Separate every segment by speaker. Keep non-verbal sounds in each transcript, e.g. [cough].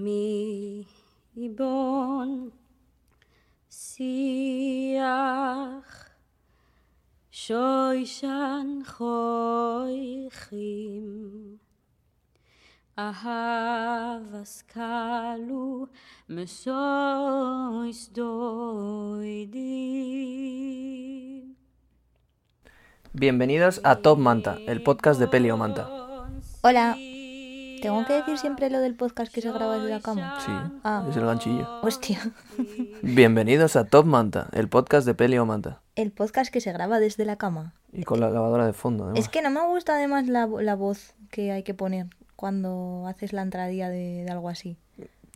Speaker 1: Mi ibon siach shoyshan choichim Ahavas kalu mesois doidim
Speaker 2: Bienvenidos a Top Manta, el podcast de Pelio Manta.
Speaker 3: Hola, ¿tengo que decir siempre lo del podcast que se graba desde la cama?
Speaker 2: Sí,
Speaker 3: Ah.
Speaker 2: es el ganchillo.
Speaker 3: Hostia,
Speaker 2: Bienvenidos a Top Manta, el podcast de Pelio Manta.
Speaker 3: el podcast que se graba desde la cama.
Speaker 2: Y con la lavadora de fondo, además.
Speaker 3: Es que no me gusta además la, vo- la voz que hay que poner cuando haces la entradía de, de algo así.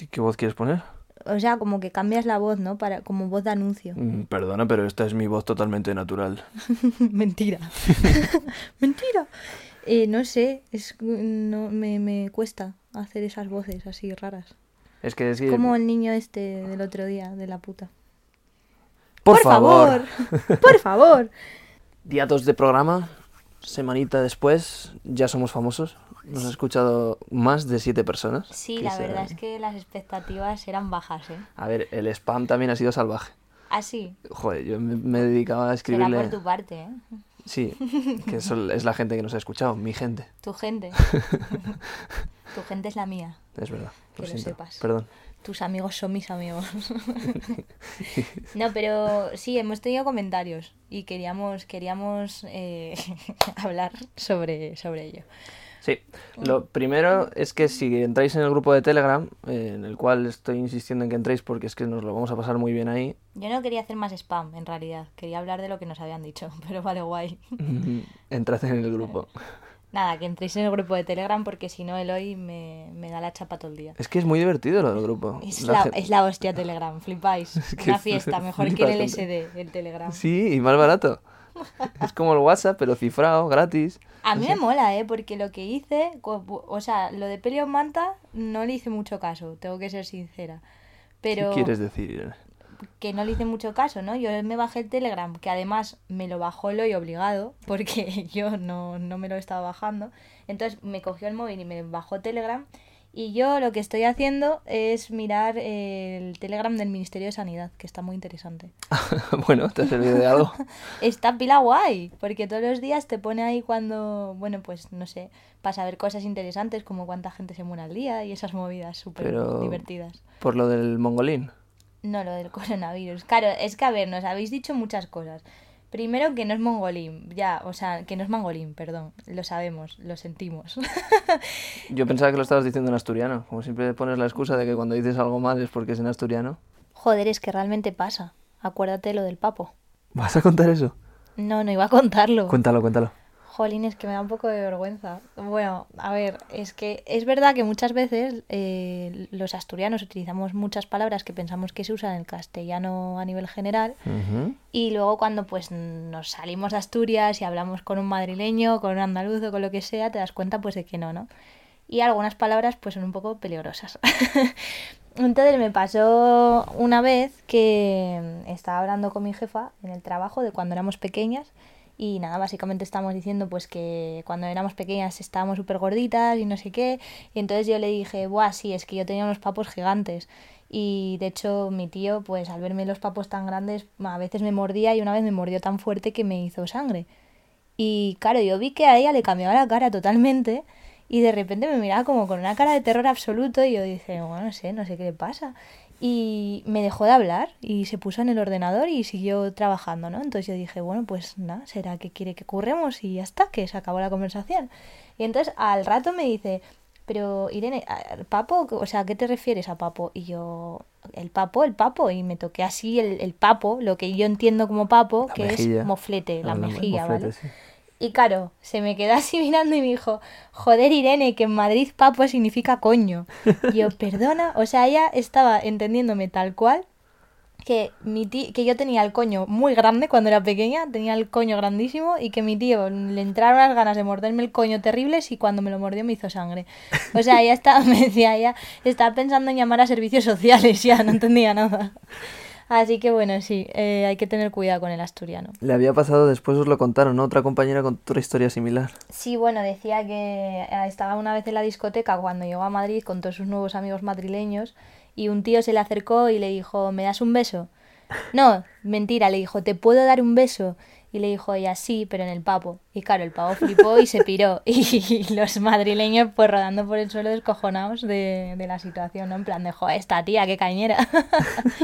Speaker 2: ¿Y ¿Qué voz quieres poner?
Speaker 3: O sea, como que cambias la voz, ¿no? Para, como voz de anuncio. [laughs]
Speaker 2: Mm, Perdona, pero esta es mi voz totalmente natural.
Speaker 3: Mentira. [laughs] Mentira. Eh, no sé, es, no, me, me cuesta hacer esas voces así raras.
Speaker 2: Es que decir...
Speaker 3: Como el niño este del otro día, de la puta.
Speaker 2: Por, favor.
Speaker 3: favor. Por favor.
Speaker 2: Día 2 de programa, semanita después, ya somos famosos. Nos ha escuchado más de 7 personas.
Speaker 3: Sí, la
Speaker 2: Quizá-
Speaker 3: verdad es que las expectativas eran bajas, ¿eh?
Speaker 2: A ver, el spam también ha sido salvaje.
Speaker 3: Así,
Speaker 2: Joder, yo me, me dedicaba a
Speaker 3: será
Speaker 2: escribirle...
Speaker 3: por tu parte, ¿eh?
Speaker 2: Sí, que
Speaker 3: [laughs]
Speaker 2: eso es la gente que nos ha escuchado, mi gente.
Speaker 3: Tu gente. tu gente es la mía.
Speaker 2: Es verdad.
Speaker 3: Que lo
Speaker 2: siento.
Speaker 3: sepas.
Speaker 2: Perdón.
Speaker 3: Tus amigos son mis amigos. no, pero sí, hemos tenido comentarios y queríamos, queríamos eh, [laughs] hablar sobre, sobre ello.
Speaker 2: Sí, lo primero es que si entráis en el grupo de Telegram, eh, en el cual estoy insistiendo en que entréis porque es que nos lo vamos a pasar muy bien
Speaker 3: [laughs]
Speaker 2: ahí,
Speaker 3: Yo no quería hacer más spam, en realidad. Quería hablar de lo que nos habían dicho, [laughs] pero vale, guay.
Speaker 2: entrad en el grupo.
Speaker 3: Nada, que entréis en el grupo de Telegram porque si no, el hoy me, me da la chapa todo el día.
Speaker 2: Es que es muy divertido lo del grupo.
Speaker 3: Es
Speaker 2: La
Speaker 3: la,
Speaker 2: gen-
Speaker 3: es la hostia
Speaker 2: [laughs]
Speaker 3: Telegram, flipáis.
Speaker 2: que
Speaker 3: Una fiesta, mejor que
Speaker 2: flipa
Speaker 3: el
Speaker 2: la
Speaker 3: LSD, el Telegram.
Speaker 2: Sí, y más barato. es como el WhatsApp, pero cifrado, gratis.
Speaker 3: A mí me mola, ¿eh? Porque lo que hice, co- o sea, lo de Pelio Manta no le hice mucho caso, tengo que ser sincera. Pero
Speaker 2: ¿Qué quieres decir? [laughs] Irene?
Speaker 3: que no le hice mucho caso, ¿no? Yo me bajé el Telegram, que además me lo bajó Eloy obligado, [laughs] porque yo no, no me lo estaba bajando. Entonces me cogió el móvil y me bajó Telegram. Y yo lo que estoy haciendo es mirar el Telegram del Ministerio de Sanidad, que está muy interesante.
Speaker 2: bueno, ¿te ha servido de algo?
Speaker 3: Está pila guay, porque todos los días te pone ahí cuando, bueno, pues no sé, para saber cosas interesantes como cuánta gente se muere al día y esas movidas súper
Speaker 2: Pero-
Speaker 3: divertidas.
Speaker 2: Por lo del mongolín.
Speaker 3: No, lo del coronavirus. Claro, es que a ver, nos habéis dicho muchas cosas. Primero que no es mongolín, ya, o sea, que no es mangolín, perdón, lo sabemos, lo sentimos. [laughs]
Speaker 2: Yo pensaba que lo estabas diciendo en asturiano. Como siempre pones la excusa de que cuando dices algo mal es porque es en asturiano.
Speaker 3: Joder, es que realmente pasa. Acuérdate lo del papo.
Speaker 2: ¿Vas a contar eso?
Speaker 3: No, no iba a contarlo.
Speaker 2: Cuéntalo, cuéntalo.
Speaker 3: Jolín, es que me da un poco de vergüenza. Bueno, a ver, es que es verdad que muchas veces eh, los asturianos utilizamos muchas palabras que pensamos que se usan en el castellano a nivel general
Speaker 2: Ujú.
Speaker 3: y luego cuando pues nos salimos de Asturias y hablamos con un madrileño, con un andaluz o con lo que sea, te das cuenta pues de que no, ¿no? Y algunas palabras pues son un poco peligrosas. [laughs] Entonces me pasó una vez que estaba hablando con mi jefa en el trabajo de cuando éramos pequeñas y nada, básicamente estábamos diciendo pues que cuando éramos pequeñas estábamos súper gorditas y no sé qué. Y entonces yo le dije, buah, sí, es que yo tenía unos papos gigantes. Y de hecho mi tío, pues al verme los papos tan grandes, a veces me mordía y una vez me mordió tan fuerte que me hizo sangre. Y claro, yo vi que a ella le cambiaba la cara totalmente y de repente me miraba como con una cara de terror absoluto y yo dije, bueno, no sé, no sé qué le pasa. Y me dejó de hablar y se puso en el ordenador y siguió trabajando, ¿no? Entonces yo dije, bueno, pues nada, será que quiere que curremos y ya está, que se acabó la conversación. Y entonces al rato me dice, pero Irene, a- ¿papo? O sea, ¿a qué te refieres a papo? Y yo, el papo, el papo, y me toqué así el, el papo, lo que yo entiendo como papo,
Speaker 2: La
Speaker 3: que
Speaker 2: mejilla.
Speaker 3: es moflete, la
Speaker 2: Ah,
Speaker 3: mejilla,
Speaker 2: moflete,
Speaker 3: ¿vale?
Speaker 2: sí.
Speaker 3: Y claro, se me quedó así mirando y me dijo, joder Irene, que en Madrid papo significa coño. Y yo, perdona, o sea, ella estaba entendiéndome tal cual que mi ti- que yo tenía el coño muy grande cuando era pequeña, tenía el coño grandísimo y que mi tío le entraron las ganas de morderme el coño terribles y cuando me lo mordió me hizo sangre. O sea, [laughs] ella estaba, me decía, ella estaba pensando en llamar a servicios sociales, ya no entendía nada. Así que bueno, sí, eh, hay que tener cuidado con el asturiano.
Speaker 2: Le había pasado, después os lo contaron, ¿no? Otra compañera con otra historia similar.
Speaker 3: Sí, bueno, decía que eh, estaba una vez en la discoteca cuando llegó a Madrid con todos sus nuevos amigos madrileños y un tío se le acercó y le dijo, ¿me das un beso? No, mentira, le dijo, ¿te puedo dar un beso? Y le dijo ella, sí, pero en el papo. Y claro, el pavo flipó y se piró. [laughs] Y los madrileños pues rodando por el suelo descojonados de, de la situación, ¿no? En plan de, joder, esta tía, qué cañera. [laughs]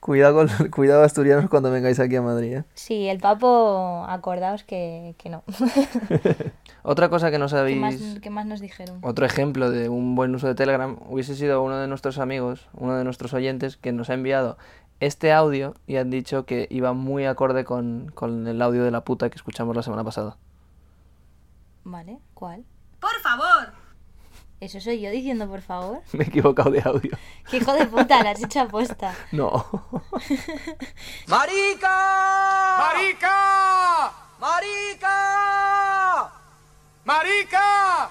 Speaker 2: Cuidado, con, [laughs] cuidado asturianos cuando vengáis aquí a Madrid. ¿eh?
Speaker 3: sí, el papo, acordaos que, que no. [laughs]
Speaker 2: Otra cosa que no
Speaker 3: ¿Qué
Speaker 2: sabéis...
Speaker 3: más, qué más nos dijeron?
Speaker 2: Otro ejemplo de un buen uso de Telegram hubiese sido uno de nuestros amigos, uno de nuestros oyentes, que nos ha enviado este audio y han dicho que iba muy acorde con, con el audio de la puta que escuchamos la semana pasada.
Speaker 3: Vale, ¿cuál?
Speaker 4: Por favor.
Speaker 3: Eso soy yo diciendo, por favor.
Speaker 2: [laughs] Me he equivocado de audio.
Speaker 3: ¡Qué hijo de puta! La has hecho aposta.
Speaker 2: No. [laughs]
Speaker 5: ¡Marica! ¡Marica! ¡Marica! ¡Marica!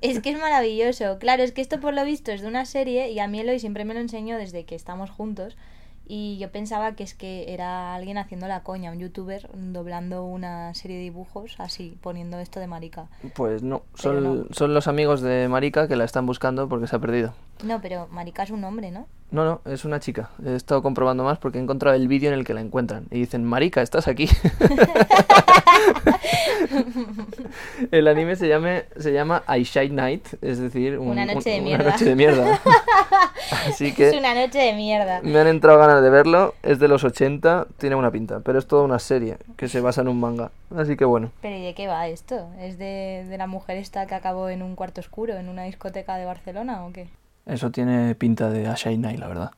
Speaker 3: Es que es maravilloso. Claro, es que esto por lo visto es de una serie y a mí Eloy siempre me lo enseñó desde que estamos juntos. Y yo pensaba que es que era alguien haciendo la coña, un youtuber doblando una serie de dibujos así, poniendo esto de marica.
Speaker 2: Pues no.
Speaker 3: Pero
Speaker 2: Son,
Speaker 3: no.
Speaker 2: son los amigos de Marika que la están buscando porque se ha perdido.
Speaker 3: No, pero marica es un hombre, ¿no?
Speaker 2: No, no, es una chica. He estado comprobando más porque he encontrado el vídeo en el que la encuentran. Y dicen, Marica, estás [laughs] aquí. el anime se, llame, se llama I Shine Night, es decir, un-
Speaker 3: Una noche de
Speaker 2: un-
Speaker 3: mierda.
Speaker 2: Una noche de mierda.
Speaker 3: [laughs]
Speaker 2: Así
Speaker 3: Es
Speaker 2: que
Speaker 3: una noche de mierda.
Speaker 2: me han entrado ganas de verlo. Es de los 80, tiene una pinta, pero es toda una serie que se basa en un manga. Así que bueno.
Speaker 3: Pero ¿y de qué va esto? ¿Es de, de la mujer esta que acabó en un cuarto oscuro, en una discoteca de Barcelona o qué?
Speaker 2: Eso tiene pinta de A Shine Night, la
Speaker 3: [laughs]
Speaker 2: verdad.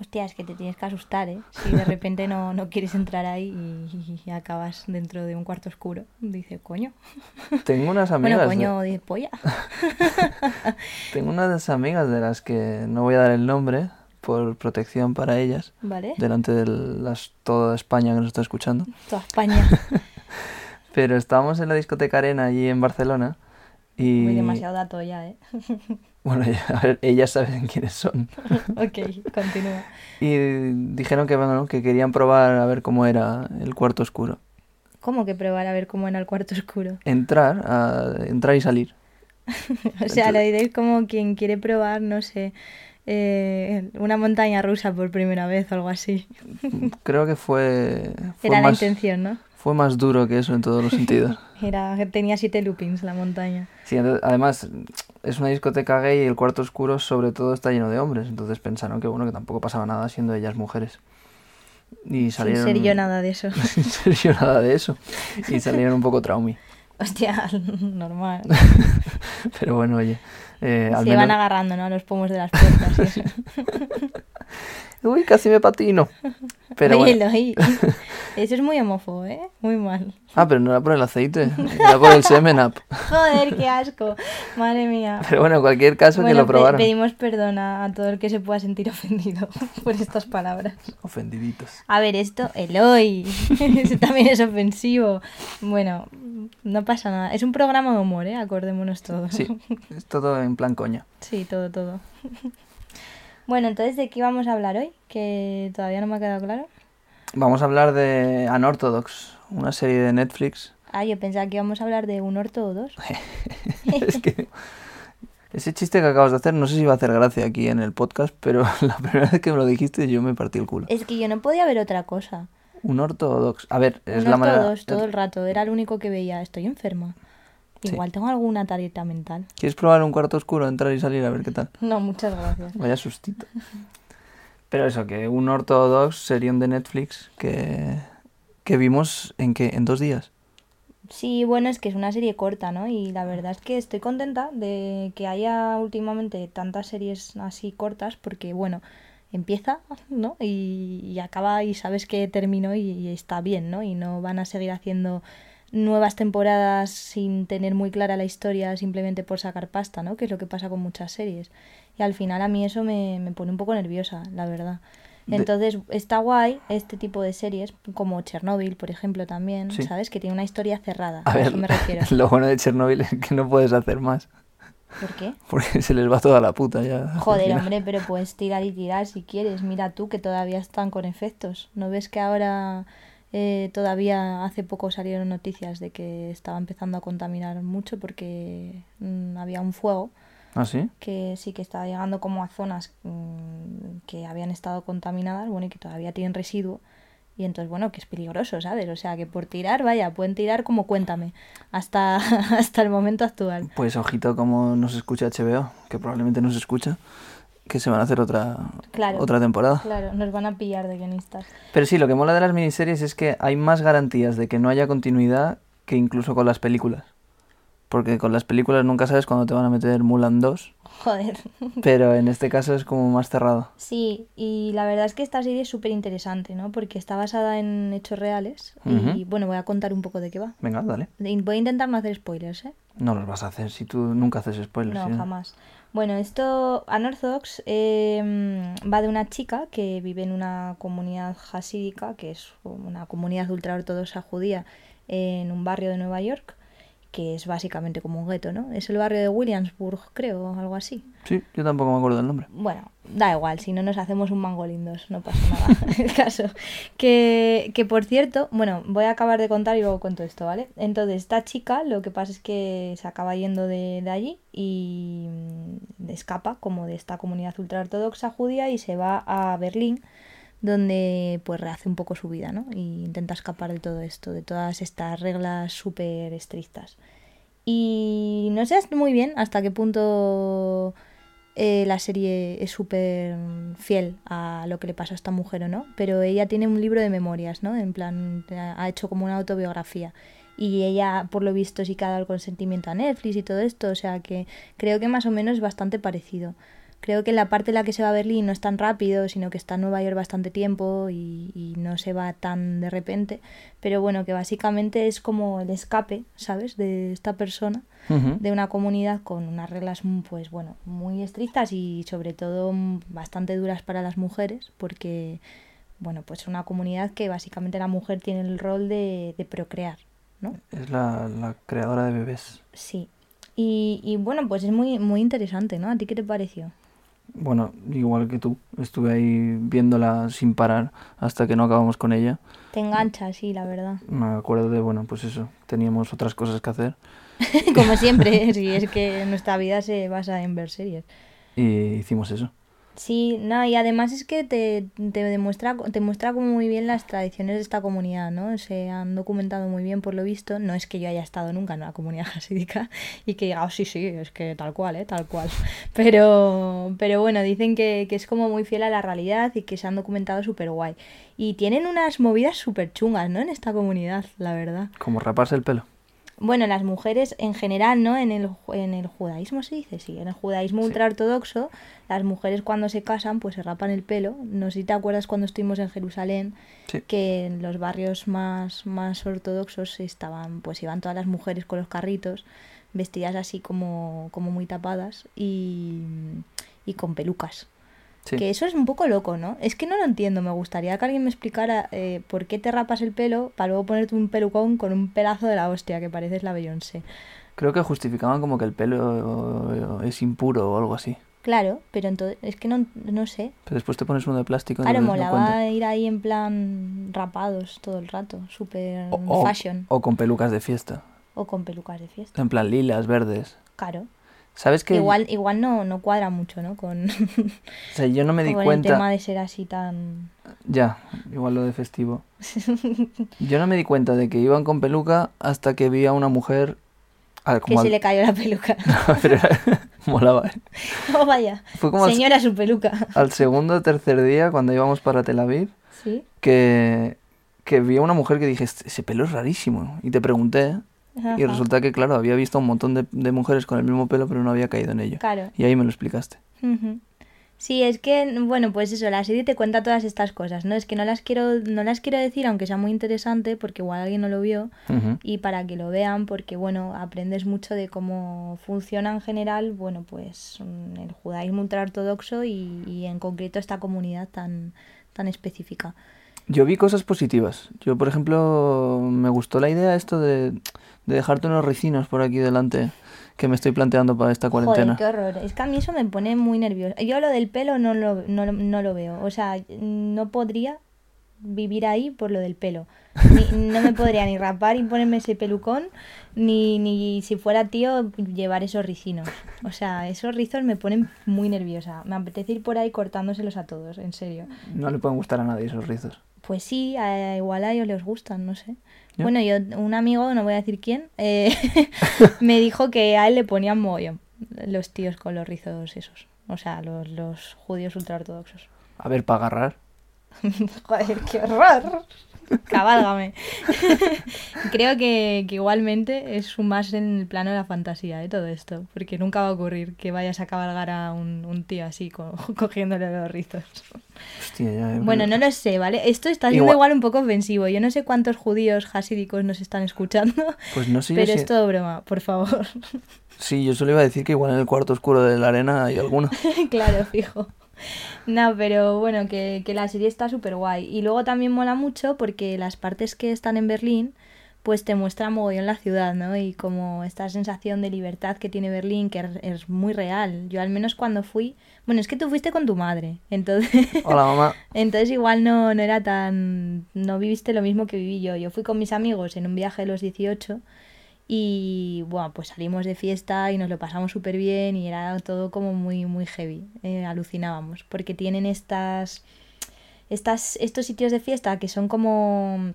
Speaker 3: Hostia, es que te tienes que asustar, ¿eh? Si de repente no, no quieres entrar ahí y, y acabas dentro de un cuarto oscuro. Dice, coño.
Speaker 2: Tengo unas amigas. ¿eh?
Speaker 3: Bueno,
Speaker 2: de-
Speaker 3: coño, de
Speaker 2: [laughs]
Speaker 3: polla.
Speaker 2: Tengo unas amigas de las que no voy a dar el nombre por protección para ellas,
Speaker 3: ¿Vale?
Speaker 2: delante de las, toda España que nos está escuchando.
Speaker 3: Toda España.
Speaker 2: Pero estábamos en la discoteca Arena allí en Barcelona y...
Speaker 3: Muy demasiado dato ya, ¿eh? [laughs]
Speaker 2: Bueno, ya- a ver, ellas saben quiénes son.
Speaker 3: ok, continúa.
Speaker 2: Y dijeron que, bueno, que querían probar a ver cómo era el cuarto oscuro.
Speaker 3: ¿Cómo que probar a ver cómo era el cuarto oscuro? [laughs]
Speaker 2: Entrar, a- entrar y salir.
Speaker 3: o sea, lo diréis como quien quiere probar, no sé, eh, una montaña rusa por primera vez o algo así.
Speaker 2: Creo que fue... fue
Speaker 3: Era la
Speaker 2: más-
Speaker 3: intención, ¿no?
Speaker 2: Fue más duro que eso en todos los
Speaker 3: [laughs]
Speaker 2: sentidos.
Speaker 3: Era, tenía siete loopings la montaña.
Speaker 2: Sí, ento- además es una discoteca gay y el cuarto oscuro sobre todo está lleno de hombres, entonces pensaron que bueno, que tampoco pasaba nada siendo ellas mujeres. Y
Speaker 3: Sin
Speaker 2: salieron
Speaker 3: ser yo nada de
Speaker 2: [laughs]
Speaker 3: eso. [laughs]
Speaker 2: Sin ser yo nada de eso. Y salieron un poco
Speaker 3: [laughs]
Speaker 2: traumi.
Speaker 3: Hostia,
Speaker 2: [laughs]
Speaker 3: normal.
Speaker 2: Pero bueno, oye, eh, al
Speaker 3: Se van
Speaker 2: menos-
Speaker 3: agarrando, ¿no? A los pomos de las puertas. y eso.
Speaker 2: Uy, casi me patino. [laughs] Pero
Speaker 3: Oye,
Speaker 2: bueno. [laughs]
Speaker 3: Eloy, Eso es muy homófobo, ¿eh? Muy mal.
Speaker 2: Ah, pero no era por el aceite, era por el semen
Speaker 3: [laughs]
Speaker 2: up.
Speaker 3: Joder, qué asco. Madre mía.
Speaker 2: Pero bueno, en cualquier caso que
Speaker 3: Bueno,
Speaker 2: lo
Speaker 3: pe-
Speaker 2: probaron.
Speaker 3: pedimos perdón a, a todo el que se pueda sentir ofendido [laughs] por estas palabras.
Speaker 2: Ofendiditos.
Speaker 3: A ver, esto, Eloy. [laughs] Eso también es ofensivo. Bueno, no pasa nada. Es un programa de humor, ¿eh? Acordémonos todos.
Speaker 2: Sí, es todo en plan coña.
Speaker 3: Sí, todo, todo. Bueno, entonces, ¿de qué vamos a hablar hoy? Que todavía no me ha quedado claro.
Speaker 2: Vamos a hablar de Unorthodox, una serie de Netflix
Speaker 3: [laughs] Ah, yo pensaba que íbamos a hablar de un orto o dos.
Speaker 2: es que ese chiste que acabas de hacer, no sé si va a hacer gracia aquí en el podcast, pero [laughs] la primera vez que me lo dijiste yo me partí el culo.
Speaker 3: Es que yo no podía ver otra cosa.
Speaker 2: Un ortodoxo. A ver, es
Speaker 3: un
Speaker 2: la
Speaker 3: orto o
Speaker 2: manera.
Speaker 3: dos todo el rato. Era lo único que veía. Estoy enferma. Igual tengo alguna tarieta mental. [laughs]
Speaker 2: ¿Quieres probar un cuarto oscuro, entrar y salir a ver qué tal?
Speaker 3: No, muchas gracias.
Speaker 2: Vaya
Speaker 3: [laughs]
Speaker 2: sustito. Pero eso, que un ortodoxo serían de Netflix que, que vimos en que en dos días.
Speaker 3: Sí, bueno, es que es una serie corta, ¿no? Y la verdad es que estoy contenta de que haya últimamente tantas series así cortas porque, bueno, empieza, ¿no? Y, y acaba y sabes que terminó y, y está bien, ¿no? Y no van a seguir haciendo nuevas temporadas sin tener muy clara la historia simplemente por sacar pasta, ¿no? Que es lo que pasa con muchas series. Y al final a mí eso me, me pone un poco nerviosa, la verdad.
Speaker 2: De-
Speaker 3: Entonces está guay este tipo de series, como Chernobyl, por ejemplo, también,
Speaker 2: Sí.
Speaker 3: ¿sabes? Que tiene una historia cerrada.
Speaker 2: A ver, [laughs]
Speaker 3: eso me refiero.
Speaker 2: lo bueno de Chernobyl es que no puedes hacer más.
Speaker 3: ¿Por qué?
Speaker 2: Porque se les va toda [laughs] la puta ya. al
Speaker 3: Joder,
Speaker 2: final.
Speaker 3: hombre, pero puedes tirar y tirar si quieres. Mira tú que todavía están con efectos. ¿No ves que ahora eh, todavía hace poco salieron noticias de que estaba empezando a contaminar mucho porque mm, había un fuego
Speaker 2: ¿Ah, sí?
Speaker 3: que sí que estaba llegando como a zonas mm, que habían estado contaminadas, bueno, y que todavía tienen residuo. Y entonces, bueno, que es peligroso, ¿sabes? O sea, que por tirar, vaya, pueden tirar como cuéntame, hasta, [laughs] hasta el momento actual.
Speaker 2: Pues ojito como nos escucha HBO, que probablemente nos escucha, que se van a hacer otra,
Speaker 3: Claro.
Speaker 2: otra temporada.
Speaker 3: Claro, nos van a pillar de guionistas. [laughs]
Speaker 2: Pero sí, lo que mola de las miniseries es que hay más garantías de que no haya continuidad que incluso con las películas. Porque con las películas nunca sabes cuándo te van a meter Mulan
Speaker 3: [laughs]
Speaker 2: 2,
Speaker 3: Joder.
Speaker 2: pero en este caso es como más cerrado.
Speaker 3: Sí, y la verdad es que esta serie es súper interesante, ¿no? Porque está basada en hechos reales. Y
Speaker 2: Ujú.
Speaker 3: bueno, voy a contar un poco de qué va.
Speaker 2: Venga, dale.
Speaker 3: De- Voy a intentar no hacer spoilers, ¿eh?
Speaker 2: No los vas a hacer si tú nunca haces spoilers. ¿eh?
Speaker 3: No,
Speaker 2: ¿sí?
Speaker 3: jamás. Bueno, esto, Unorthodox, eh, va de una chica que vive en una comunidad hasídica, que es una comunidad ultraortodoxa judía, en un barrio de Nueva York, que es básicamente como un gueto, ¿no? Es el barrio de Williamsburg, creo, o algo así.
Speaker 2: Sí, yo tampoco me acuerdo del nombre.
Speaker 3: Bueno, da igual, si no nos hacemos un mango lindos, no pasa nada. [laughs] el caso. Que, que por cierto, bueno, voy a acabar de contar y luego cuento esto, ¿vale? Entonces, esta chica lo que pasa es que se acaba yendo de, de allí y mm, escapa como de esta comunidad ultraortodoxa judía y se va a Berlín donde pues rehace un poco su vida, ¿no? Y intenta escapar de todo esto, de todas estas reglas súper estrictas. Y no sé muy bien hasta qué punto eh, la serie es súper fiel a lo que le pasó a esta mujer o no, pero ella tiene un libro de memorias, ¿no? En plan, ha ha hecho como una autobiografía. Y ella, por lo visto, sí que ha dado el consentimiento a Netflix y todo esto, o sea que creo que más o menos es bastante parecido. Creo que la parte en la que se va a Berlín no es tan rápido, sino que está en Nueva York bastante tiempo y, y no se va tan de repente. Pero bueno, que básicamente es como el escape, ¿sabes?, de esta persona
Speaker 2: Ujú.
Speaker 3: de una comunidad con unas reglas mm, pues bueno muy estrictas y sobre todo mm, bastante duras para las mujeres porque bueno pues una comunidad que básicamente la mujer tiene el rol de, de procrear no
Speaker 2: Es la, la creadora de bebés.
Speaker 3: sí y, y, bueno pues es muy muy interesante no a ti qué te pareció
Speaker 2: Bueno, igual que tú, estuve ahí viéndola sin parar hasta que no acabamos con ella.
Speaker 3: te engancha sí la verdad [laughs]
Speaker 2: Me acuerdo de, bueno, pues eso, teníamos otras cosas que hacer.
Speaker 3: como siempre [laughs] si es que nuestra vida se basa en ver series
Speaker 2: Y hicimos eso.
Speaker 3: Sí, no, y además es que te, te demuestra, te muestra como muy bien las tradiciones de esta comunidad, ¿no? Se han documentado muy bien por lo visto. No es que yo haya estado nunca en una comunidad [laughs] jasídica y que diga, "Oh, sí, sí, es que tal cual, ¿eh? Tal cual. [laughs] Pero, pero bueno, dicen que, que es como muy fiel a la realidad y que se han documentado súper guay. Y tienen unas movidas súper chungas, ¿no? En esta comunidad, la verdad.
Speaker 2: Como raparse el pelo.
Speaker 3: Bueno, las mujeres en general, ¿no? En el, ju- en el judaísmo se dice, sí, en el judaísmo
Speaker 2: Sí.
Speaker 3: ultraortodoxo, las mujeres cuando se casan, pues se rapan el pelo. No sé si te acuerdas cuando estuvimos en Jerusalén,
Speaker 2: Sí.
Speaker 3: que en los barrios más, más ortodoxos estaban, pues iban todas las mujeres con los carritos, vestidas así como, como muy tapadas y, y con pelucas.
Speaker 2: Sí.
Speaker 3: Que eso es un poco loco, ¿no? Es que no lo entiendo. Me gustaría que alguien me explicara eh, por qué te rapas el pelo para luego ponerte un pelucón con un pelazo de la hostia que pareces la Beyoncé.
Speaker 2: Creo que justificaban como que el pelo eh, es impuro o algo así.
Speaker 3: Claro, pero entonces es que no, no sé.
Speaker 2: Pero después te pones uno de plástico.
Speaker 3: Claro,
Speaker 2: entonces no
Speaker 3: molaba
Speaker 2: cuenta.
Speaker 3: ir ahí en plan rapados todo el rato, súper
Speaker 2: O- o-
Speaker 3: fashion
Speaker 2: O con pelucas de fiesta.
Speaker 3: o con pelucas de fiesta.
Speaker 2: En plan lilas, verdes.
Speaker 3: Claro.
Speaker 2: ¿Sabes qué?
Speaker 3: Igual, igual no, no cuadra mucho, ¿no? Con,
Speaker 2: O sea, yo no [laughs] me di
Speaker 3: con el
Speaker 2: cuenta.
Speaker 3: tema de ser así tan...
Speaker 2: Ya, igual lo de festivo. Yo no me di cuenta de que iban con peluca hasta que vi a una mujer. A ver,
Speaker 3: Que
Speaker 2: como
Speaker 3: se
Speaker 2: al- [laughs]
Speaker 3: le cayó la peluca. [laughs]
Speaker 2: Pero era- [laughs] Molaba. ¿eh?
Speaker 3: oh, vaya.
Speaker 2: Fue como al,
Speaker 3: Señora su peluca. [laughs]
Speaker 2: al segundo o tercer día, cuando íbamos para Tel Aviv,
Speaker 3: ¿Sí?
Speaker 2: que, que vi a una mujer que dije: "Este- Ese pelo es rarísimo. Y te pregunté. Y
Speaker 3: Ajá.
Speaker 2: resulta que, claro, había visto a un montón de, de mujeres con el mismo pelo, pero no había caído en ello.
Speaker 3: Claro.
Speaker 2: Y ahí me lo explicaste.
Speaker 3: Ujú. Sí, es que, bueno, pues eso, la serie te cuenta todas estas cosas, ¿no? Es que no las quiero, no las quiero decir, aunque sea muy interesante, porque igual alguien no lo vio,
Speaker 2: Ujú.
Speaker 3: y para que lo vean, porque, bueno, aprendes mucho de cómo funciona en general, bueno, pues mm, el judaísmo ultraortodoxo y, y en concreto esta comunidad tan, tan específica.
Speaker 2: Yo vi cosas positivas. Yo, por ejemplo, me gustó la idea esto de, de dejarte unos ricinos por aquí delante que me estoy planteando para esta cuarentena.
Speaker 3: Joder, qué horror. Es que a mí eso me pone muy nerviosa. Yo lo del pelo no lo, no, lo- no lo veo. O sea, no podría vivir ahí por lo del pelo. Ni- no me podría ni rapar y ponerme ese pelucón, ni, ni si fuera tío llevar esos ricinos. O sea, esos rizos me ponen muy nerviosa. Me apetece ir por ahí cortándoselos a todos, en serio.
Speaker 2: No le pueden gustar a nadie esos rizos.
Speaker 3: Pues sí, a- igual a ellos les gustan, no sé.
Speaker 2: Ya.
Speaker 3: Bueno, yo, un amigo, no voy a decir quién, eh, [laughs] me dijo que a él le ponían mogollón los tíos con los rizos esos. O sea, los, los judíos ultraortodoxos. [laughs]
Speaker 2: A ver, para agarrar.
Speaker 3: Joder, qué horror. Cabálgame. [laughs] Creo que, que igualmente es un más en el plano de la fantasía de todo esto, porque nunca va a ocurrir que vayas a cabalgar a un, un tío así co- [laughs] cogiéndole los rizos.
Speaker 2: Hostia, ya, eh,
Speaker 3: Bueno, no lo sé, ¿vale? Esto está siendo
Speaker 2: Igual-
Speaker 3: igual, un poco ofensivo. Yo no sé cuántos judíos hasídicos nos están escuchando,
Speaker 2: [laughs] Pues no sé yo
Speaker 3: pero
Speaker 2: si-
Speaker 3: es todo broma, por favor. [laughs]
Speaker 2: Sí, yo solo iba a decir que igual en el cuarto oscuro de la arena hay
Speaker 3: [laughs]
Speaker 2: alguno.
Speaker 3: claro, fijo. No, pero bueno, que, que la serie está súper guay. Y luego también mola mucho porque las partes que están en Berlín, pues te muestran mogollón la ciudad, ¿no? Y como esta sensación de libertad que tiene Berlín, que es- es muy real. Yo al menos cuando fui... Bueno, es que tú fuiste con tu madre, entonces...
Speaker 2: Hola,
Speaker 3: [laughs]
Speaker 2: mamá.
Speaker 3: Entonces igual no, no era tan... No viviste lo mismo que viví yo. Yo fui con mis amigos en un viaje de los 18 y, bueno, pues salimos de fiesta y nos lo pasamos súper bien y era todo como muy, muy heavy. Eh, alucinábamos porque tienen estas, estas... Estos sitios de fiesta que son como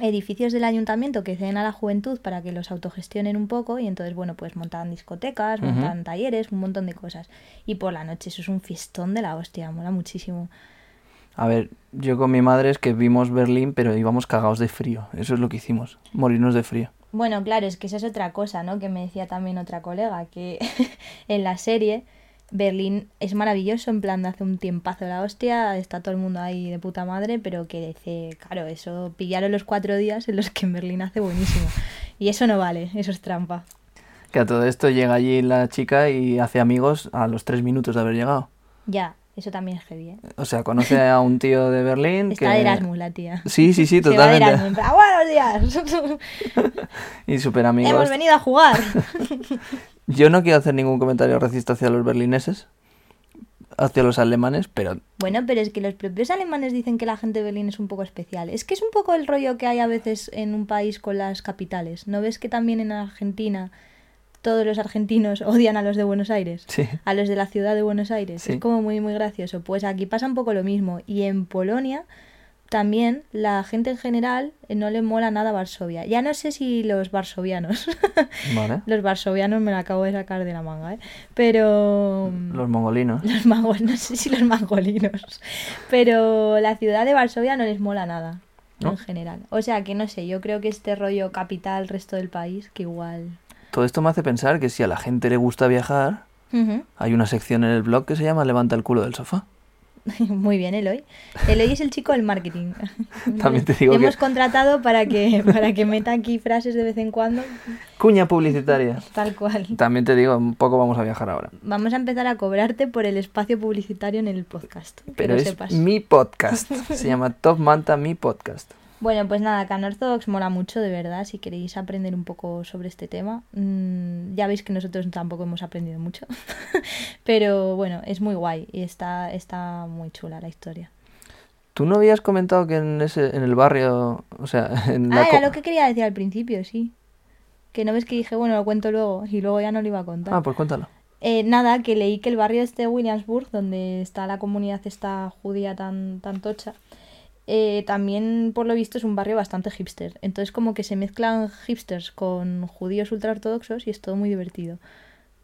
Speaker 3: edificios del ayuntamiento que ceden a la juventud para que los autogestionen un poco y entonces, bueno, pues montaban discotecas,
Speaker 2: Ujú.
Speaker 3: montaban talleres, un montón de cosas. Y por la noche eso es un fiestón de la hostia, mola muchísimo.
Speaker 2: A ver, yo con mi madre es que vimos Berlín, pero íbamos cagados de frío. Eso es lo que hicimos, morirnos de frío.
Speaker 3: Bueno, claro, es que esa es otra cosa, ¿no? Que me decía también otra colega, que [laughs] en la serie Berlín es maravilloso, en plan de hace un tiempazo la hostia, está todo el mundo ahí de puta madre, pero que dice, claro, eso pillaron los cuatro días en los que en Berlín hace buenísimo. Y eso no vale, eso es trampa.
Speaker 2: Que a todo esto llega allí la chica y hace amigos a los tres minutos de haber llegado.
Speaker 3: Ya, eso también es heavy, ¿eh?
Speaker 2: O sea, conoce a un tío de Berlín
Speaker 3: [laughs] Está
Speaker 2: que...
Speaker 3: de Erasmus la tía.
Speaker 2: Sí, sí, sí,
Speaker 3: [laughs] Se va de
Speaker 2: totalmente.
Speaker 3: Erasmus, en plan, "Ah, ¡buenos días!
Speaker 2: Y súper amigos.
Speaker 3: [laughs] ¡Hemos venido a jugar!
Speaker 2: [laughs] Yo no quiero hacer ningún comentario racista hacia los berlineses, hacia los alemanes, pero
Speaker 3: Bueno, pero es que los propios alemanes dicen que la gente de Berlín es un poco especial. Es que es un poco el rollo que hay a veces en un país con las capitales. ¿No ves que también en Argentina todos los argentinos [laughs] odian a los de Buenos Aires?
Speaker 2: sí.
Speaker 3: A los de la ciudad de Buenos Aires.
Speaker 2: Sí.
Speaker 3: Es como muy, muy gracioso. Pues aquí pasa un poco lo mismo. Y en Polonia también la gente en general eh, no le mola nada Varsovia. Ya no sé si los varsovianos. [laughs]
Speaker 2: Vale.
Speaker 3: los varsovianos me la acabo de sacar de la manga, ¿eh? Pero... mm,
Speaker 2: Los mongolinos.
Speaker 3: [laughs] Los magos, no sé si los mangolinos. Pero la ciudad de Varsovia no les mola nada,
Speaker 2: ¿No?
Speaker 3: en general. O sea que no sé, yo creo que este rollo capital, resto del país, que igual.
Speaker 2: Todo esto me hace pensar que si a la gente le gusta viajar,
Speaker 3: Ujú.
Speaker 2: hay una sección en el blog que se llama Levanta el culo del sofá.
Speaker 3: [laughs] Muy bien, Eloy. Eloy es el chico del marketing.
Speaker 2: [laughs] También te digo
Speaker 3: Le
Speaker 2: que-
Speaker 3: Hemos contratado para
Speaker 2: [laughs]
Speaker 3: que, para que meta aquí frases de vez en cuando,
Speaker 2: Cuña publicitaria.
Speaker 3: tal cual.
Speaker 2: También te digo, un poco vamos a viajar ahora.
Speaker 3: Vamos a empezar a cobrarte por el espacio publicitario en el podcast. que
Speaker 2: Pero
Speaker 3: lo
Speaker 2: es
Speaker 3: sepas.
Speaker 2: mi
Speaker 3: [laughs]
Speaker 2: podcast. Se llama Top Manta Mi Podcast.
Speaker 3: Bueno, pues nada, Canorthodox mola mucho, de verdad, si queréis aprender un poco sobre este tema. Mm, ya veis que nosotros tampoco hemos aprendido mucho, [laughs] pero bueno, es muy guay y está, está muy chula la historia.
Speaker 2: Tú no habías comentado que en ese, en el barrio, o sea, en la
Speaker 3: ah,
Speaker 2: co-
Speaker 3: era lo que quería decir al principio, sí. Que no ves que dije, bueno, lo cuento luego y luego ya no lo iba a contar.
Speaker 2: Ah, pues cuéntalo.
Speaker 3: Eh, nada, que leí que el barrio este de Williamsburg, donde está la comunidad esta judía tan, tan tocha, eh, también por lo visto es un barrio bastante hipster. Entonces como que se mezclan hipsters con judíos ultraortodoxos y es todo muy divertido.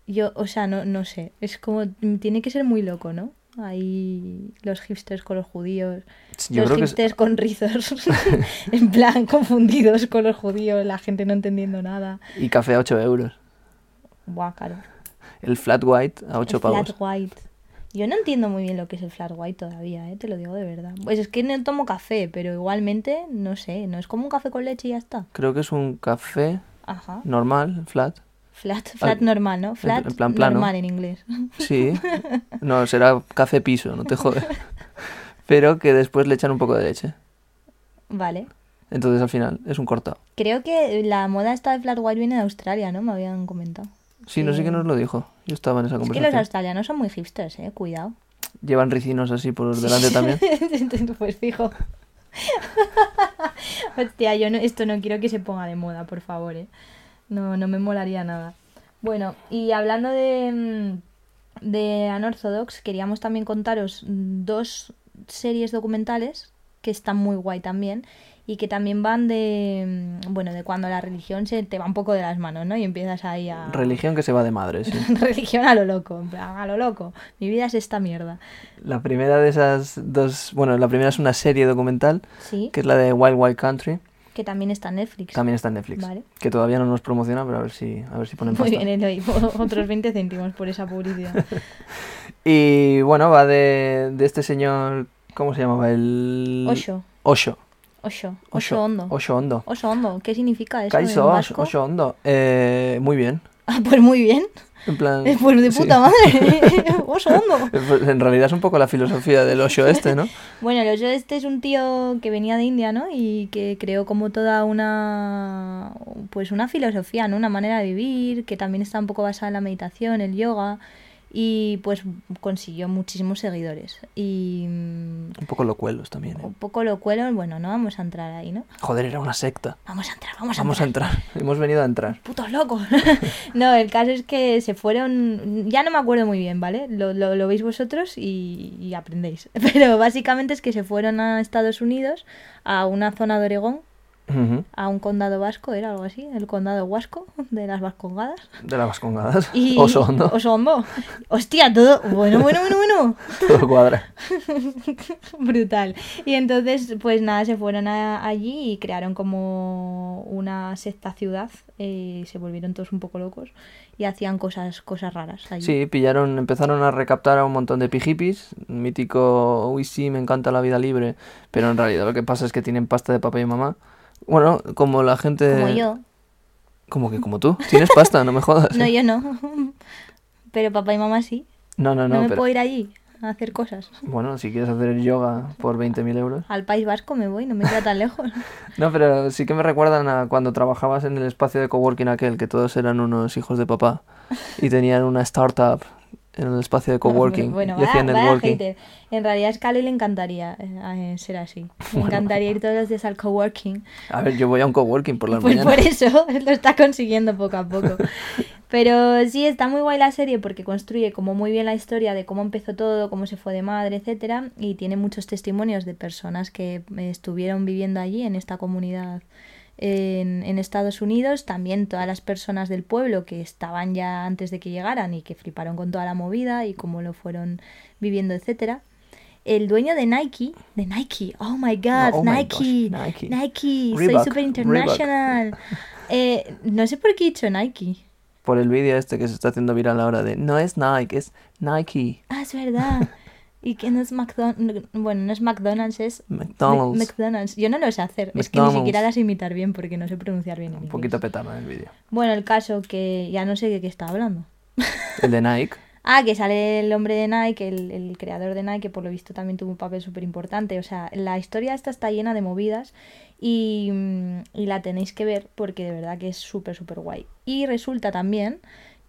Speaker 3: Yo, o sea, no, no sé, es como, tiene que ser muy loco, ¿no? Ahí los hipsters con los judíos,
Speaker 2: Yo creo
Speaker 3: los
Speaker 2: que es-
Speaker 3: hipsters con rizos, [laughs] en plan confundidos con los judíos, la gente no entendiendo nada.
Speaker 2: Y café a 8 euros.
Speaker 3: Buah, claro.
Speaker 2: El flat white a 8
Speaker 3: el
Speaker 2: pavos.
Speaker 3: Flat white. Yo no entiendo muy bien lo que es el flat white todavía, ¿eh? te lo digo de verdad. Pues es que no tomo café, pero igualmente, no sé, no es como un café con leche y ya está.
Speaker 2: Creo que es un café
Speaker 3: Ajá.
Speaker 2: normal, flat.
Speaker 3: Flat, flat
Speaker 2: Ah,
Speaker 3: normal, ¿no? Flat
Speaker 2: en plan plano.
Speaker 3: normal en inglés. [laughs]
Speaker 2: Sí. No, será café piso, no te jodas. Pero que después le echan un poco de leche.
Speaker 3: Vale.
Speaker 2: Entonces al final es un cortado.
Speaker 3: Creo que la moda esta de flat white viene de Australia, ¿no? Me habían comentado.
Speaker 2: Sí, no sé quién nos lo dijo. Yo estaba en esa
Speaker 3: Es que
Speaker 2: conversación.
Speaker 3: los australianos son muy hipsters, ¿eh? Cuidado.
Speaker 2: Llevan ricinos así por delante
Speaker 3: [laughs]
Speaker 2: también.
Speaker 3: pues fijo. [laughs] Hostia, yo no, esto no quiero que se ponga de moda, por favor, ¿eh? No, no me molaría nada. Bueno, y hablando de, mm, de Unorthodox, queríamos también contaros mm, dos series documentales que están muy guay también y que también van de, mm, bueno, de cuando la religión se te va un poco de las manos, ¿no? Y empiezas ahí a...
Speaker 2: Religión que se va de madre, sí.
Speaker 3: [laughs] religión a lo loco, en plan, a lo loco. Mi vida es esta mierda.
Speaker 2: La primera de esas dos, bueno, la primera es una serie documental,
Speaker 3: Sí,
Speaker 2: que es la de Wild Wild Country,
Speaker 3: que también está en Netflix.
Speaker 2: también está en Netflix,
Speaker 3: Vale.
Speaker 2: que todavía no nos promociona, pero a ver si a ver si ponen
Speaker 3: Muy
Speaker 2: pasta.
Speaker 3: bien, Eloy. [laughs] Otros 20 céntimos por esa publicidad.
Speaker 2: Y bueno, va de, de este señor, ¿cómo se llamaba? El
Speaker 3: Osho.
Speaker 2: Osho.
Speaker 3: Osho. Osho hondo.
Speaker 2: Osho Hondo.
Speaker 3: Osho hondo. ¿Qué significa eso en
Speaker 2: Kaiso,
Speaker 3: vasco?
Speaker 2: Osho Hondo. Eh, muy bien.
Speaker 3: Ah, pues muy bien.
Speaker 2: En plan
Speaker 3: Eh, [laughs] Pues de
Speaker 2: Mm, sí.
Speaker 3: puta madre. [laughs] Osho hondo.
Speaker 2: Pues [laughs] en realidad es un poco la filosofía del Osho este, ¿no?
Speaker 3: Bueno, el Osho este es un tío que venía de India, ¿no? Y que creó como toda una... Pues una filosofía, ¿no? Una manera de vivir que también está un poco basada en la meditación, el yoga... Y pues consiguió muchísimos seguidores. Y mm,
Speaker 2: Un poco locuelos también. ¿eh?
Speaker 3: un poco lo cuelo, bueno, no vamos a entrar ahí, ¿no?
Speaker 2: Joder, era una secta.
Speaker 3: Vamos a entrar, vamos a
Speaker 2: Vamos a
Speaker 3: entrar.
Speaker 2: entrar. [laughs] Hemos venido a entrar.
Speaker 3: putos locos. [laughs] no, el caso es que se fueron, ya no me acuerdo muy bien, ¿vale? Lo, lo- lo veis vosotros y, y aprendéis. [laughs] Pero básicamente es que se fueron a Estados Unidos, a una zona de Oregón,
Speaker 2: Ujú.
Speaker 3: a un condado vasco, era algo así, el condado vasco de las vascongadas.
Speaker 2: De las vascongadas.
Speaker 3: Y...
Speaker 2: Oso Hondo.
Speaker 3: Oso hondo. Hostia, todo... Bueno, bueno, bueno, bueno.
Speaker 2: Todo cuadra.
Speaker 3: [laughs] Brutal. Y entonces, pues nada, se fueron a- allí y crearon como una secta ciudad. eh, se volvieron todos un poco locos y hacían cosas, cosas raras allí.
Speaker 2: Sí, pillaron, empezaron a recaptar a un montón de pijipis. Mítico, uy, sí, me encanta la vida libre. Pero en realidad lo que pasa es que tienen pasta de papá y mamá. Bueno, como la gente.
Speaker 3: Como yo.
Speaker 2: Como que como tú. Tienes pasta, no me jodas.
Speaker 3: [laughs] No,
Speaker 2: ¿eh?
Speaker 3: yo no. Pero papá y mamá sí.
Speaker 2: no, no,
Speaker 3: No,
Speaker 2: no,
Speaker 3: me
Speaker 2: pero.
Speaker 3: puedo ir allí a hacer cosas.
Speaker 2: Bueno, si quieres hacer yoga por 20.000 euros.
Speaker 3: Al País Vasco me voy, no me queda tan lejos.
Speaker 2: No, pero sí que me recuerdan a cuando trabajabas en el espacio de coworking aquel, que todos eran unos hijos de papá y tenían una startup en el espacio de [laughs] coworking
Speaker 3: [laughs] Bueno,
Speaker 2: y hacían
Speaker 3: vaya- vaya
Speaker 2: networking.
Speaker 3: hater. En realidad a Scali le encantaría eh, eh,
Speaker 2: [laughs]
Speaker 3: ser así. Le encantaría ir todos los días al coworking.
Speaker 2: A ver, yo voy a un coworking por las
Speaker 3: [laughs] Pues
Speaker 2: mañanas.
Speaker 3: por eso [laughs] lo está consiguiendo poco a
Speaker 2: [laughs]
Speaker 3: poco. Pero sí, está muy guay la serie porque construye como muy bien la historia de cómo empezó todo, cómo se fue de madre, etcétera, y tiene muchos testimonios de personas que eh, estuvieron viviendo allí en esta comunidad en, en Estados Unidos, también todas las personas del pueblo que estaban ya antes de que llegaran y que fliparon con toda la movida y cómo lo fueron viviendo, etcétera. El dueño de Nike, de Nike, oh my god,
Speaker 2: Oh my
Speaker 3: Nike,
Speaker 2: gosh, Nike.
Speaker 3: Nike, soy
Speaker 2: Reebok,
Speaker 3: super
Speaker 2: Reebok.
Speaker 3: international. Eh, no sé por qué he dicho Nike.
Speaker 2: Por el vídeo este que se está haciendo viral ahora de no es Nike, es Nike,
Speaker 3: Ah, es verdad. Y que no es McDonald's. Bueno, no es McDonald's, es.
Speaker 2: McDonald's.
Speaker 3: Mc- McDonald's. Yo no lo sé hacer. Es que ni
Speaker 2: McDonald's.
Speaker 3: siquiera las imitar bien porque no sé pronunciar bien.
Speaker 2: Un
Speaker 3: inglés.
Speaker 2: poquito petardo en el vídeo.
Speaker 3: Bueno, el caso que ya no sé de qué está hablando. [laughs]
Speaker 2: El de Nike.
Speaker 3: Ah, que sale el hombre de Nike, el, el creador de Nike, que por lo visto también tuvo un papel súper importante. O sea, la historia esta está llena de movidas y, mm, y la tenéis que ver porque de verdad que es súper, súper guay. Y resulta también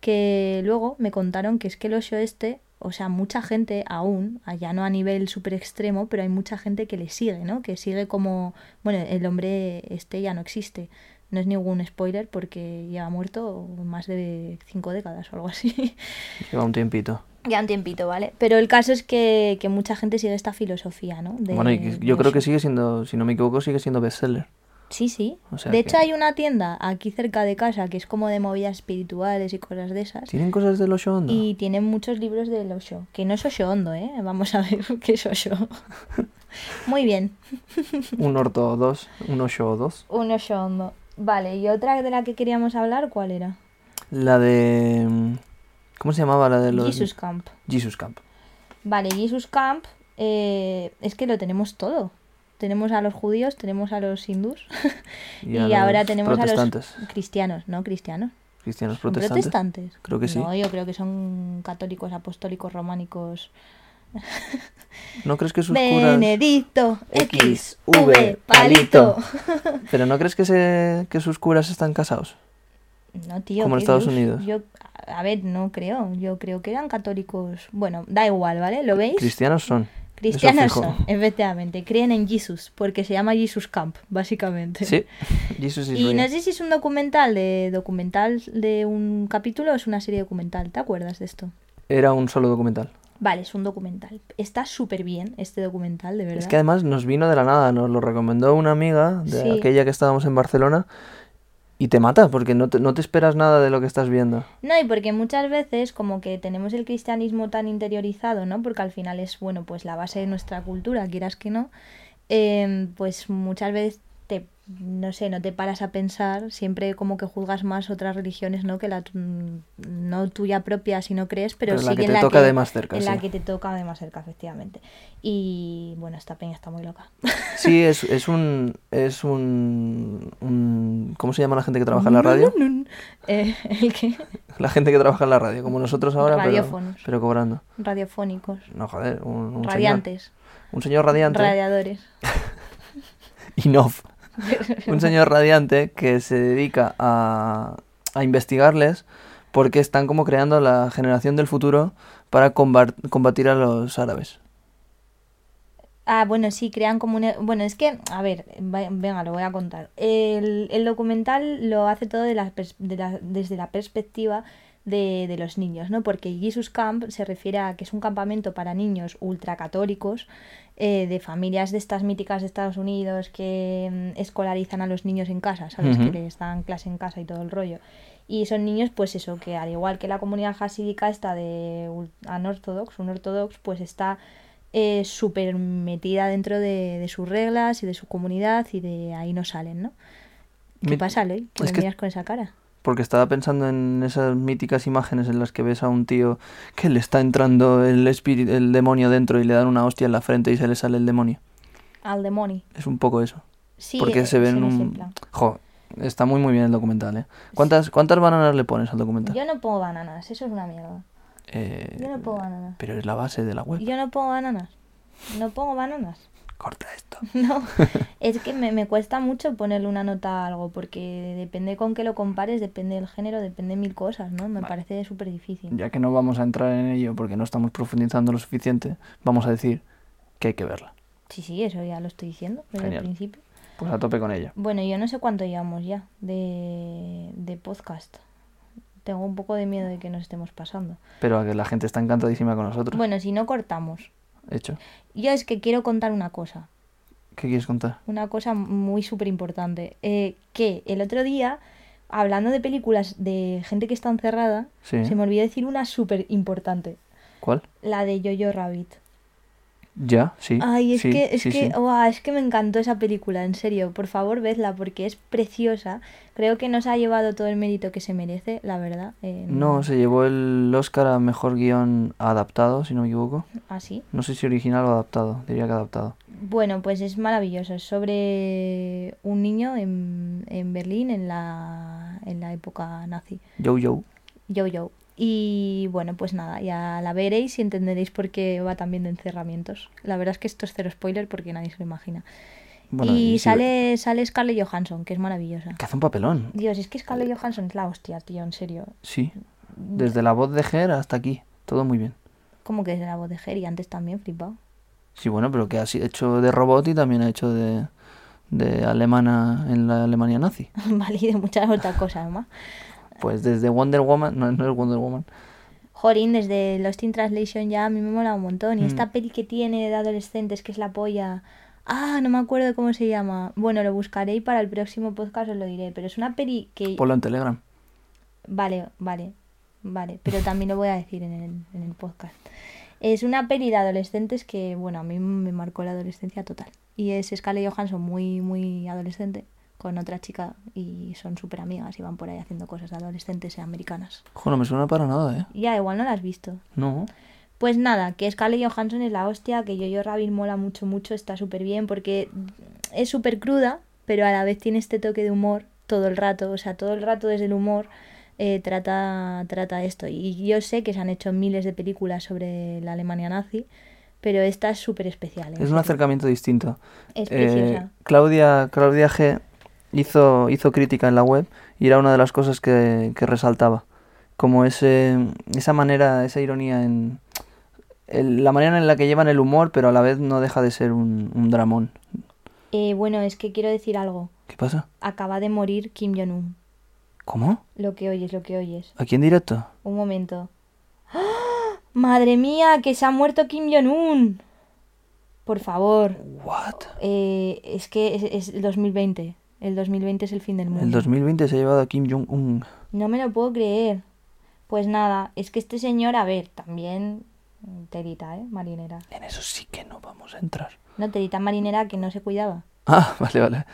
Speaker 3: que luego me contaron que es que el Osho este, o sea, mucha gente aún, allá no a nivel súper extremo, pero hay mucha gente que le sigue, ¿no? Que sigue como, bueno, el hombre este ya no existe. No es ningún spoiler porque lleva muerto más de cinco décadas o algo así. [laughs]
Speaker 2: Lleva un tiempito.
Speaker 3: Ya un tiempito, ¿vale? Pero el caso es que, que mucha gente sigue esta filosofía, ¿no? De-
Speaker 2: Bueno, y que- yo
Speaker 3: de
Speaker 2: creo que
Speaker 3: eso.
Speaker 2: sigue siendo, si no me equivoco, sigue siendo bestseller.
Speaker 3: Sí, sí.
Speaker 2: O sea
Speaker 3: de
Speaker 2: que-
Speaker 3: hecho, hay una tienda aquí cerca de casa que es como de movidas espirituales y cosas de esas.
Speaker 2: ¿Tienen cosas del Osho Hondo?
Speaker 3: Y tienen muchos libros del Osho. Que no es Osho hondo, ¿eh? Vamos a ver [laughs] qué
Speaker 2: [laughs]
Speaker 3: es Osho. Muy bien.
Speaker 2: Un orto o dos, un Osho o dos.
Speaker 3: Un Osho hondo. Vale, y otra de la que queríamos hablar, ¿cuál era?
Speaker 2: La de. mm, ¿Cómo se llamaba la de los.
Speaker 3: Jesus Camp.
Speaker 2: Jesus Camp.
Speaker 3: Vale, Jesus Camp eh, es que lo tenemos todo. Tenemos a los judíos, tenemos a los hindús [laughs]
Speaker 2: Y
Speaker 3: y,
Speaker 2: a los
Speaker 3: ahora tenemos a
Speaker 2: protestantes.
Speaker 3: los cristianos, ¿no? Cristianos.
Speaker 2: Cristianos
Speaker 3: ¿Son
Speaker 2: protestantes.
Speaker 3: protestantes?
Speaker 2: Creo que sí.
Speaker 3: No, yo creo que son católicos, apostólicos, románicos,
Speaker 2: ¿No crees que [laughs] sus curas...
Speaker 3: Benedicto,
Speaker 2: X, V, palito. Pero ¿no crees que, se, que sus curas están casados?
Speaker 3: [laughs] No, tío.
Speaker 2: Como en
Speaker 3: qué
Speaker 2: Estados
Speaker 3: luz.
Speaker 2: Unidos.
Speaker 3: Yo, a ver, no creo. Yo creo que eran católicos. Bueno, da igual, ¿vale? ¿Lo veis?
Speaker 2: Cristianos son. eso
Speaker 3: Cristianos
Speaker 2: fijo.
Speaker 3: son, efectivamente. Creen en Jesus, porque se llama Jesus Camp, básicamente.
Speaker 2: Sí, Jesus is
Speaker 3: Y no
Speaker 2: real.
Speaker 3: sé si es un documental de documental de un capítulo o es una serie documental. ¿Te acuerdas de esto?
Speaker 2: Era un solo documental.
Speaker 3: Vale, es un documental. Está súper bien este documental, de verdad.
Speaker 2: Es que además nos vino de la nada, nos lo recomendó una amiga de
Speaker 3: Sí.
Speaker 2: aquella que estábamos en Barcelona y te mata porque no te, no te esperas nada de lo que estás viendo.
Speaker 3: No, y porque muchas veces como que tenemos el cristianismo tan interiorizado, ¿no? Porque al final es, bueno, pues la base de nuestra cultura, quieras que no, em, pues muchas veces te, no sé, no te paras a pensar, siempre como que juzgas más otras religiones, ¿no? Que la tu- no tuya propia si no crees, pero,
Speaker 2: Pero la
Speaker 3: sí
Speaker 2: que
Speaker 3: en
Speaker 2: te
Speaker 3: la
Speaker 2: toca
Speaker 3: que-
Speaker 2: de más cerca,
Speaker 3: En
Speaker 2: sí.
Speaker 3: la que te toca de más cerca, efectivamente. Y bueno, esta peña está muy loca. [laughs]
Speaker 2: Sí, es, es un... es un, un- ¿Cómo se llama la gente que trabaja en la radio?
Speaker 3: Eh, [laughs] el que...
Speaker 2: La gente que trabaja en la radio, como nosotros ahora, pero,
Speaker 3: Radiófonos.
Speaker 2: pero cobrando.
Speaker 3: Radiofónicos.
Speaker 2: No, joder, un, un
Speaker 3: Radiantes.
Speaker 2: señor. Un señor radiante. [laughs]
Speaker 3: Radiadores. [laughs]
Speaker 2: Enough. un señor radiante que se dedica a, a investigarles porque están como creando la generación del futuro para combat- combatir a los árabes.
Speaker 3: Ah, bueno, sí, crean como una... Bueno, es que, a ver, va- venga, lo voy a contar. El, el documental lo hace todo de la pers- de la- desde la perspectiva de, de los niños, ¿no? Porque Jesus Camp se refiere a que es un campamento para niños ultracatólicos, eh, de familias de estas míticas de Estados Unidos que mm, escolarizan a los niños en casa, ¿sabes?
Speaker 2: Ujú.
Speaker 3: Que les dan clase en casa y todo el rollo. Y son niños, pues eso, que al igual que la comunidad jasídica está de ul- anortodox, un ortodox, pues está eh, súper metida dentro de, de sus reglas y de su comunidad y de ahí no salen, ¿no? ¿Qué
Speaker 2: Mi-
Speaker 3: pasa, Loy? ¿Que
Speaker 2: es
Speaker 3: me
Speaker 2: que-
Speaker 3: miras con esa cara?
Speaker 2: Porque estaba pensando en esas míticas imágenes en las que ves a un tío que le está entrando el, espíritu, el demonio dentro y le dan una hostia en la frente y se le sale el demonio.
Speaker 3: Al demonio.
Speaker 2: Es un poco eso.
Speaker 3: Sí,
Speaker 2: porque
Speaker 3: eh,
Speaker 2: se ven
Speaker 3: sí, no sé, en
Speaker 2: un...
Speaker 3: plan.
Speaker 2: Jo, está muy muy bien el documental, ¿eh? ¿Cuántas, cuántas bananas le pones al documental?
Speaker 3: Yo no pongo bananas, eso es una mierda.
Speaker 2: Eh,
Speaker 3: Yo no pongo bananas.
Speaker 2: Pero es la base de la web.
Speaker 3: Yo no pongo bananas. No pongo bananas.
Speaker 2: Corta esto.
Speaker 3: [laughs] No,
Speaker 2: [laughs]
Speaker 3: es que me, me cuesta mucho ponerle una nota a algo, porque depende con qué lo compares, depende del género, depende mil cosas, ¿no? Me parece súper difícil.
Speaker 2: Ya que no vamos a entrar en ello porque no estamos profundizando lo suficiente, vamos a decir que hay que verla.
Speaker 3: Sí, sí, eso ya lo estoy diciendo desde el
Speaker 2: Genial.
Speaker 3: principio.
Speaker 2: Pues a tope con ella.
Speaker 3: Bueno, yo no sé cuánto llevamos ya de, de podcast. Tengo un poco de miedo de que nos estemos pasando.
Speaker 2: Pero a que la gente está encantadísima con nosotros.
Speaker 3: Bueno, si no cortamos.
Speaker 2: Hecho.
Speaker 3: Yo es que quiero contar una cosa.
Speaker 2: ¿Qué quieres contar?
Speaker 3: una cosa muy súper importante. eh, que el otro día, hablando de películas de gente que está encerrada,
Speaker 2: Sí.
Speaker 3: se me olvidó decir una súper importante.
Speaker 2: ¿Cuál?
Speaker 3: La de Jojo Rabbit.
Speaker 2: Ya, sí.
Speaker 3: Ay, es
Speaker 2: sí,
Speaker 3: que, es
Speaker 2: sí,
Speaker 3: que, oh.
Speaker 2: sí.
Speaker 3: buah, es que me encantó esa película, en serio. Por favor, vedla porque es preciosa. Creo que nos ha llevado todo el mérito que se merece, la verdad. eh,
Speaker 2: No, se llevó el Oscar a mejor guión adaptado, si no me equivoco.
Speaker 3: Así.
Speaker 2: No sé si original o adaptado, diría que adaptado.
Speaker 3: Bueno, pues es maravilloso. Es sobre un niño en, en Berlín en la, en la época nazi.
Speaker 2: Yo, yo.
Speaker 3: Yo, yo. Y bueno, pues nada, ya la veréis y entenderéis por qué va también de encerramientos. La verdad es que esto es cero spoiler porque nadie se lo imagina.
Speaker 2: Bueno,
Speaker 3: y
Speaker 2: si-
Speaker 3: sale, sale Scarlett Johansson, que es maravillosa.
Speaker 2: Que hace un papelón.
Speaker 3: Dios, es que Scarlett Johansson es la hostia, tío, en serio.
Speaker 2: Sí. Desde la voz de Ger hasta aquí. Todo muy bien.
Speaker 3: Como que desde la voz de Harry, antes también, flipado. [laughs]
Speaker 2: Sí, bueno, pero que ha si- hecho de robot y también ha hecho de, de alemana en la Alemania nazi.
Speaker 3: vale, y de muchas otras cosas más.
Speaker 2: Pues desde Wonder Woman, no, no es Wonder Woman,
Speaker 3: Jorín, desde Lost in Translation ya a mí me mola un montón. Y
Speaker 2: Mm.
Speaker 3: esta peli que tiene de adolescentes, que es la polla. Ah, no me acuerdo cómo se llama. Bueno, lo buscaré y para el próximo podcast os lo diré. Pero es una peli que...
Speaker 2: ponlo en Telegram.
Speaker 3: Vale, vale, vale, pero también lo voy a decir en el, en el podcast. Es una peli de adolescentes que, bueno, a mí me marcó la adolescencia total. Y es Scarlett Johansson muy, muy adolescente con otra chica y son súper amigas y van por ahí haciendo cosas de adolescentes americanas.
Speaker 2: Ojo, no me suena para nada, ¿eh?
Speaker 3: Ya, igual no la has visto.
Speaker 2: No.
Speaker 3: Pues nada, que Scarlett Johansson es la hostia, que Yo-Yo Rabbit mola mucho, mucho, está súper bien porque es súper cruda, pero a la vez tiene este toque de humor todo el rato, o sea, todo el rato desde el humor eh, trata, trata esto. Y yo sé que se han hecho miles de películas sobre la Alemania nazi, pero esta es súper especial. ¿eh?
Speaker 2: Es un acercamiento distinto.
Speaker 3: Es
Speaker 2: Eh,
Speaker 3: preciosa.
Speaker 2: Claudia, Claudia G hizo, hizo crítica en la web y era una de las cosas que, que resaltaba. Como ese, esa manera, esa ironía en. el- la manera en la que llevan el humor, pero a la vez no deja de ser un, un dramón.
Speaker 3: Eh, bueno, es que quiero decir algo.
Speaker 2: ¿Qué pasa?
Speaker 3: Acaba de morir Kim Jong-un.
Speaker 2: ¿Cómo?
Speaker 3: Lo que oyes, lo que oyes.
Speaker 2: ¿Aquí en directo?
Speaker 3: Un momento. ¡Ah! ¡Madre mía! ¡Que se ha muerto Kim Jong-un! Por favor.
Speaker 2: ¿What?
Speaker 3: Eh, es que es, es el 2020. El 2020 es el fin del mundo.
Speaker 2: El 2020 se ha llevado a Kim Jong-un.
Speaker 3: No me lo puedo creer. Pues nada, es que este señor, a ver, también mm, terita, ¿eh? Marinera.
Speaker 2: En eso sí que no vamos a entrar.
Speaker 3: No, terita marinera que no se cuidaba.
Speaker 2: Ah, [laughs] vale, vale.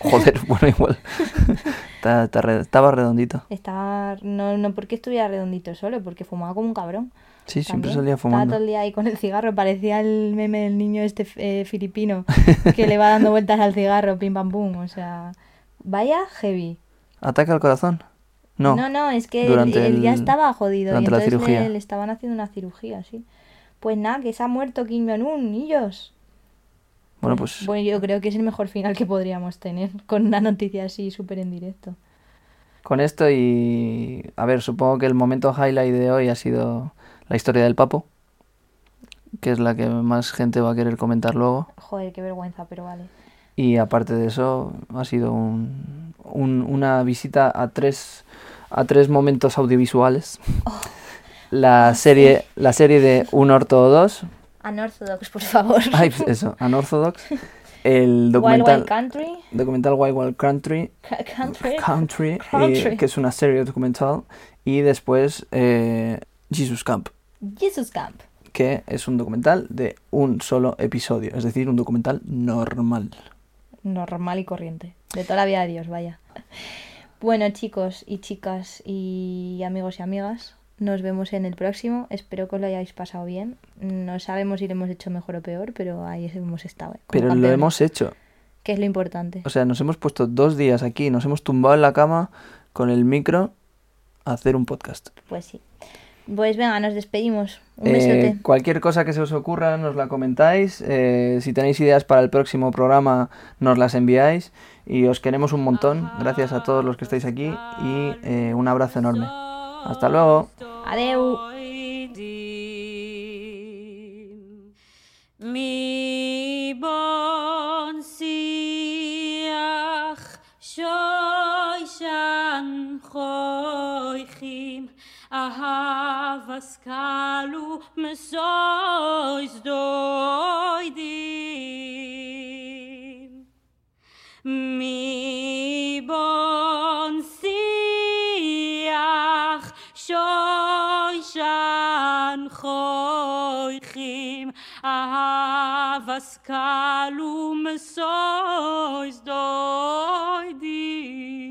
Speaker 2: Joder, bueno, [laughs] igual. Ta- ta- re- Estaba redondito.
Speaker 3: Estaba, no, no porque estuviera redondito solo, porque fumaba como un cabrón.
Speaker 2: Sí, siempre
Speaker 3: también.
Speaker 2: salía
Speaker 3: Estaba todo
Speaker 2: fumando.
Speaker 3: el día ahí con el cigarro, parecía el meme del niño este
Speaker 2: [laughs]
Speaker 3: eh, filipino que le va dando vueltas al cigarro, pim pam pum, o sea, vaya heavy.
Speaker 2: ¿Ataca al corazón? No.
Speaker 3: no, es que él-
Speaker 2: durante
Speaker 3: él, ya
Speaker 2: el-
Speaker 3: estaba jodido y
Speaker 2: durante la
Speaker 3: entonces
Speaker 2: cirugía.
Speaker 3: le, le estaban haciendo una cirugía, sí. Pues nada, que se ha muerto Kim Jong-un, niños.
Speaker 2: Bueno, pues
Speaker 3: Bueno, yo creo que es el mejor final que podríamos tener [laughs] con una noticia así súper en directo.
Speaker 2: con esto y... A ver, supongo que el momento highlight de hoy ha sido la historia del papo, que es la que más gente va a querer comentar luego.
Speaker 3: Joder, qué vergüenza, pero vale.
Speaker 2: Y aparte de eso, ha sido un- un- una visita a tres, a tres momentos audiovisuales.
Speaker 3: Oh. Ah,
Speaker 2: La serie, la serie de Un Orto o
Speaker 3: [laughs]
Speaker 2: Dos,
Speaker 3: Unorthodox, por favor.
Speaker 2: ay, pues eso, Unorthodox, el
Speaker 3: [laughs] Wild
Speaker 2: documental
Speaker 3: Wild Country. [laughs]
Speaker 2: documental Wild Wild Country,
Speaker 3: Ca- Country.
Speaker 2: Country,
Speaker 3: Country.
Speaker 2: eh, que es una serie documental, y después eh, Jesus Camp,
Speaker 3: Jesus Camp.
Speaker 2: que es un documental de un solo episodio, es decir, un documental normal.
Speaker 3: normal y corriente. De toda la vida de Dios, vaya. Bueno, chicos y chicas y amigos y amigas, nos vemos en el próximo. Espero que os lo hayáis pasado bien. No sabemos si lo hemos hecho mejor o peor, pero ahí hemos estado. ¿eh? como
Speaker 2: Pero lo
Speaker 3: campeones,
Speaker 2: hemos hecho.
Speaker 3: Que es lo importante.
Speaker 2: O sea, nos hemos puesto dos días aquí, nos hemos tumbado en la cama con el micro a hacer un podcast.
Speaker 3: Pues sí. Pues venga, nos despedimos. Un
Speaker 2: Eh,
Speaker 3: besote.
Speaker 2: cualquier cosa que se os ocurra, nos la comentáis. Eh, si tenéis ideas para el próximo programa, nos las enviáis. Y os queremos un montón. Gracias a todos los que estáis aquí y eh, un abrazo enorme. Hasta luego.
Speaker 3: Adeu.
Speaker 1: Mi bon siach shoyshan choichim ahavas kalu mesois doidim mi bon siach shoyshan choichim ahavas kalum sois doidim